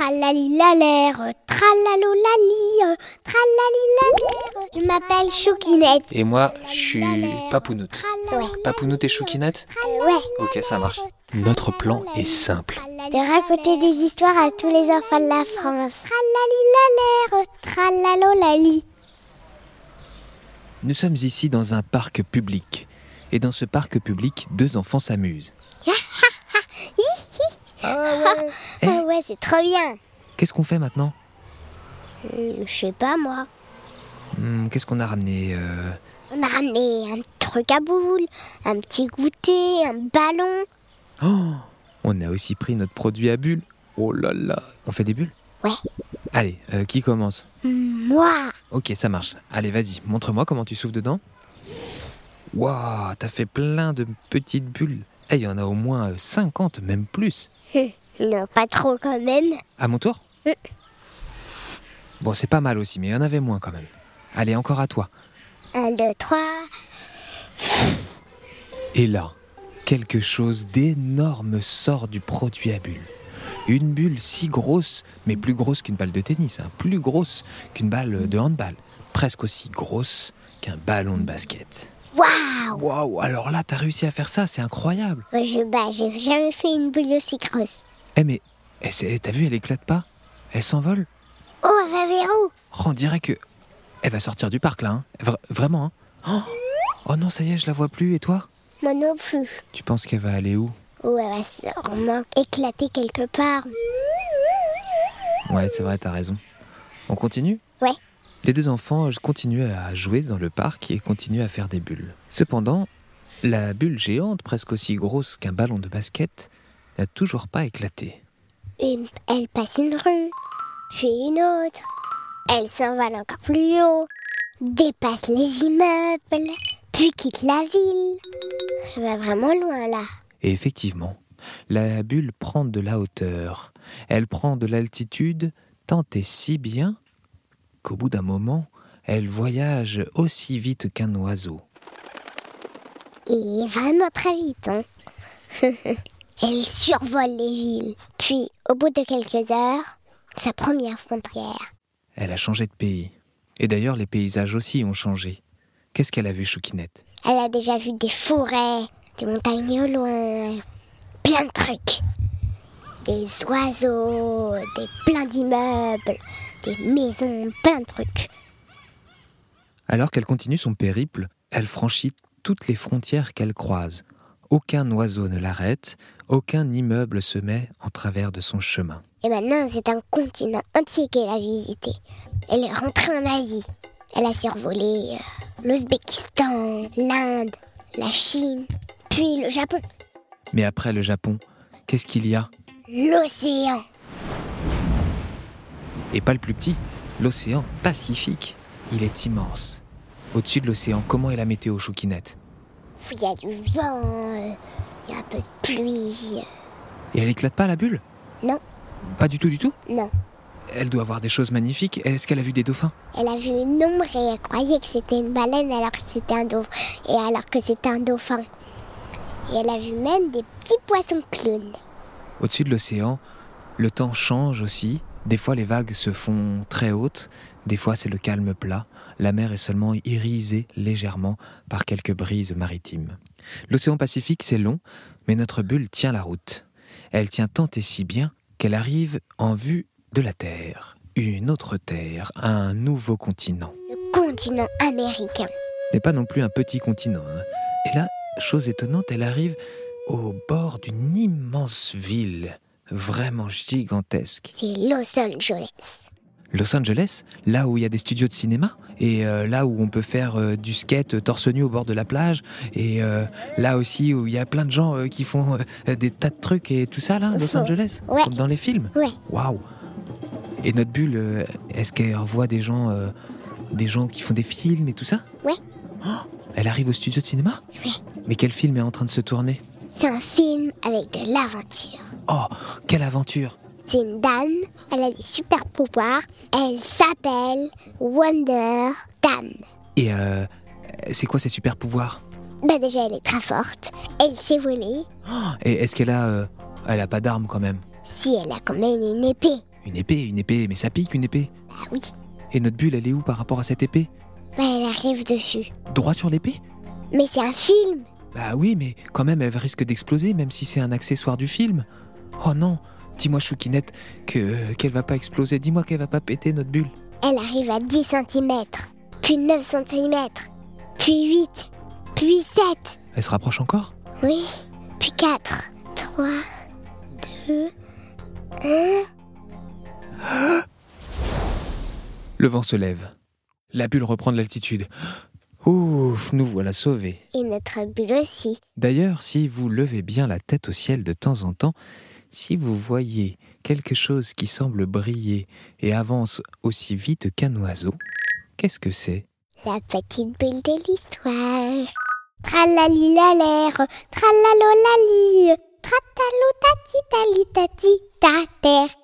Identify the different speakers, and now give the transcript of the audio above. Speaker 1: Tralali la l'air, tralalou la tralali Je m'appelle Choukinette.
Speaker 2: Et moi, je suis Papounoute.
Speaker 1: Ouais.
Speaker 2: Papounoute et Choukinette
Speaker 1: Euh, ouais,
Speaker 2: Ok, ça marche. Notre plan est simple.
Speaker 1: de raconter des histoires à tous les enfants de la France. Tralali la l'air, tralalou lali.
Speaker 2: Nous sommes ici dans un parc public. Et dans ce parc public, deux enfants s'amusent. Eh.
Speaker 1: Ah ouais, c'est trop bien.
Speaker 2: Qu'est-ce qu'on fait maintenant
Speaker 1: Hmm, Je sais pas moi.
Speaker 2: Hmm, Qu'est-ce qu'on a ramené euh,
Speaker 1: On a ramené un truc à boule, un petit goûter, un ballon.
Speaker 2: Oh On a aussi pris notre produit à bulles. Oh là là On fait des bulles
Speaker 1: Ouais.
Speaker 2: Allez, euh, qui commence
Speaker 1: Moi,
Speaker 2: Ok, ça marche. Allez, vas-y, montre-moi comment tu souffles dedans. Waouh, t'as fait plein de petites bulles. Eh, il y en a au moins euh, 50, même plus.
Speaker 1: non, pas trop quand même.
Speaker 2: À mon tour
Speaker 1: Euh.
Speaker 2: Bon, c'est pas mal aussi, mais il y en avait moins quand même. Allez, encore à toi.
Speaker 1: Un, deux, trois.
Speaker 2: Et là, quelque chose d'énorme sort du produit à bulles. Une bulle si grosse, mais plus grosse qu'une balle de tennis, hein, plus grosse qu'une balle de handball, presque aussi grosse qu'un ballon de basket.
Speaker 1: Waouh
Speaker 2: Waouh, alors là, t'as réussi à faire ça, c'est incroyable.
Speaker 1: Moi, Je bah, j'ai jamais fait une boule aussi grosse.
Speaker 2: Eh mais, eh, c'est- t'as vu, elle éclate pas Elle s'envole
Speaker 1: Oh, elle va vers où
Speaker 2: Oh, On dirait que... Elle va sortir du parc là, hein. Vra- vraiment. Hein. Oh, oh non, ça y est, je la vois plus, et toi
Speaker 1: Moi non plus.
Speaker 2: Tu penses qu'elle va aller où
Speaker 1: Oh, elle va sûrement éclater quelque part.
Speaker 2: Ouais, c'est vrai, t'as raison. On continue
Speaker 1: Ouais.
Speaker 2: Les deux enfants euh, continuent à jouer dans le parc et continuent à faire des bulles. Cependant, la bulle géante, presque aussi grosse qu'un ballon de basket, n'a toujours pas éclaté.
Speaker 1: Une- elle passe une rue, puis une autre. Elle s'envole encore plus haut, dépasse les immeubles, puis quitte la ville. Elle va vraiment loin là.
Speaker 2: Et effectivement, la bulle prend de la hauteur. Elle prend de l'altitude tant et si bien qu'au bout d'un moment, elle voyage aussi vite qu'un oiseau.
Speaker 1: Et vraiment très vite. Hein. elle survole les villes. Puis, au bout de quelques heures, sa première frontière.
Speaker 2: Elle a changé de pays. Et d'ailleurs, les paysages aussi ont changé. Qu'est-ce qu'elle a vu, Choukinette
Speaker 1: Elle a déjà vu des forêts, des montagnes au loin, plein de trucs. Des oiseaux, des pleins d'immeubles, des maisons, plein de trucs.
Speaker 2: Alors qu'elle continue son périple, elle franchit toutes les frontières qu'elle croise. Aucun oiseau ne l'arrête, aucun immeuble se met en travers de son chemin.
Speaker 1: Et maintenant, c'est un continent entier qu'elle a visité. Elle est rentrée en Asie. Elle a survolé euh, l'Ouzbékistan, l'Inde, la Chine, puis le Japon,
Speaker 2: Mais après le Japon, qu'est-ce qu'il y a
Speaker 1: l'océan.
Speaker 2: Et pas le plus petit, l'océan Pacifique. Il est immense. Au-dessus de l'océan, comment est la météo, Choukinette
Speaker 1: Il y a du vent, euh, il y a un peu de pluie. euh,
Speaker 2: Et elle éclate pas la bulle
Speaker 1: Non.
Speaker 2: Pas du tout, du tout
Speaker 1: Non,
Speaker 2: Elle doit avoir des choses magnifiques. Est-ce qu'elle a vu des dauphins
Speaker 1: elle a vu une ombre et elle croyait que c'était une baleine alors que c'était un dauphin. Et alors que c'était un dauphin. Et elle a vu même des petits poissons clowns.
Speaker 2: Au-dessus de l'océan, le temps change aussi. Des fois, les vagues se font très hautes. Des fois, c'est le calme plat. La mer est seulement irisée légèrement par quelques brises maritimes. L'océan Pacifique, c'est long, mais notre bulle tient la route. Elle tient tant et si bien qu'elle arrive en vue de la Terre. Une autre Terre, un nouveau continent.
Speaker 1: Le continent américain.
Speaker 2: Ce n'est pas non plus un petit continent. hein. Et là, chose étonnante, elle arrive au bord d'une immense ville, vraiment gigantesque.
Speaker 1: C'est Los Angeles.
Speaker 2: Los Angeles, là où il y a des studios de cinéma, et euh, là où on peut faire euh, du skate torse nu au bord de la plage, et euh, là aussi où il y a plein de gens euh, qui font euh, des tas de trucs et tout ça, là, Los Angeles,
Speaker 1: Ouais.
Speaker 2: comme dans les films.
Speaker 1: Ouais.
Speaker 2: Waouh Et notre bulle, euh, est-ce qu'elle revoit des gens, euh, des gens qui font des films et tout ça
Speaker 1: Ouais.
Speaker 2: Oh, elle arrive au studio de cinéma
Speaker 1: Ouais.
Speaker 2: Mais quel film est en train de se tourner
Speaker 1: C'est un film avec de l'aventure.
Speaker 2: Oh, quelle aventure
Speaker 1: C'est une dame, elle a des super pouvoirs. Elle s'appelle Wonder Dame.
Speaker 2: Et euh, c'est quoi ses super pouvoirs
Speaker 1: Bah déjà, elle est très forte. Elle sait voler
Speaker 2: Oh, Et est-ce qu'elle a... euh, elle a pas d'armes quand même
Speaker 1: si elle a quand même une épée.
Speaker 2: Une épée, une épée, mais ça pique une épée.
Speaker 1: Bah oui,
Speaker 2: Et notre bulle, elle est où par rapport à cette épée
Speaker 1: bah elle arrive dessus.
Speaker 2: Droit sur l'épée
Speaker 1: Mais c'est un film
Speaker 2: Bah oui, mais quand même, elle risque d'exploser, même si c'est un accessoire du film. Oh non Dis-moi, Choukinette, que, euh, qu'elle va pas exploser. Dis-moi qu'elle va pas péter notre bulle.
Speaker 1: Elle arrive à 10 cm, puis 9 cm, puis 8, puis 7,
Speaker 2: Elle se rapproche encore
Speaker 1: oui, puis 4, 3, 2,
Speaker 2: Le vent se lève. La bulle reprend de l'altitude. Ouf, nous voilà sauvés.
Speaker 1: et notre bulle aussi.
Speaker 2: D'ailleurs, si vous levez bien la tête au ciel de temps en temps, si vous voyez quelque chose qui semble briller et avance aussi vite qu'un oiseau, qu'est-ce que c'est
Speaker 1: La petite bulle de l'histoire. Tralalilalère, tralalolali, tratalotati tali tati ta terre,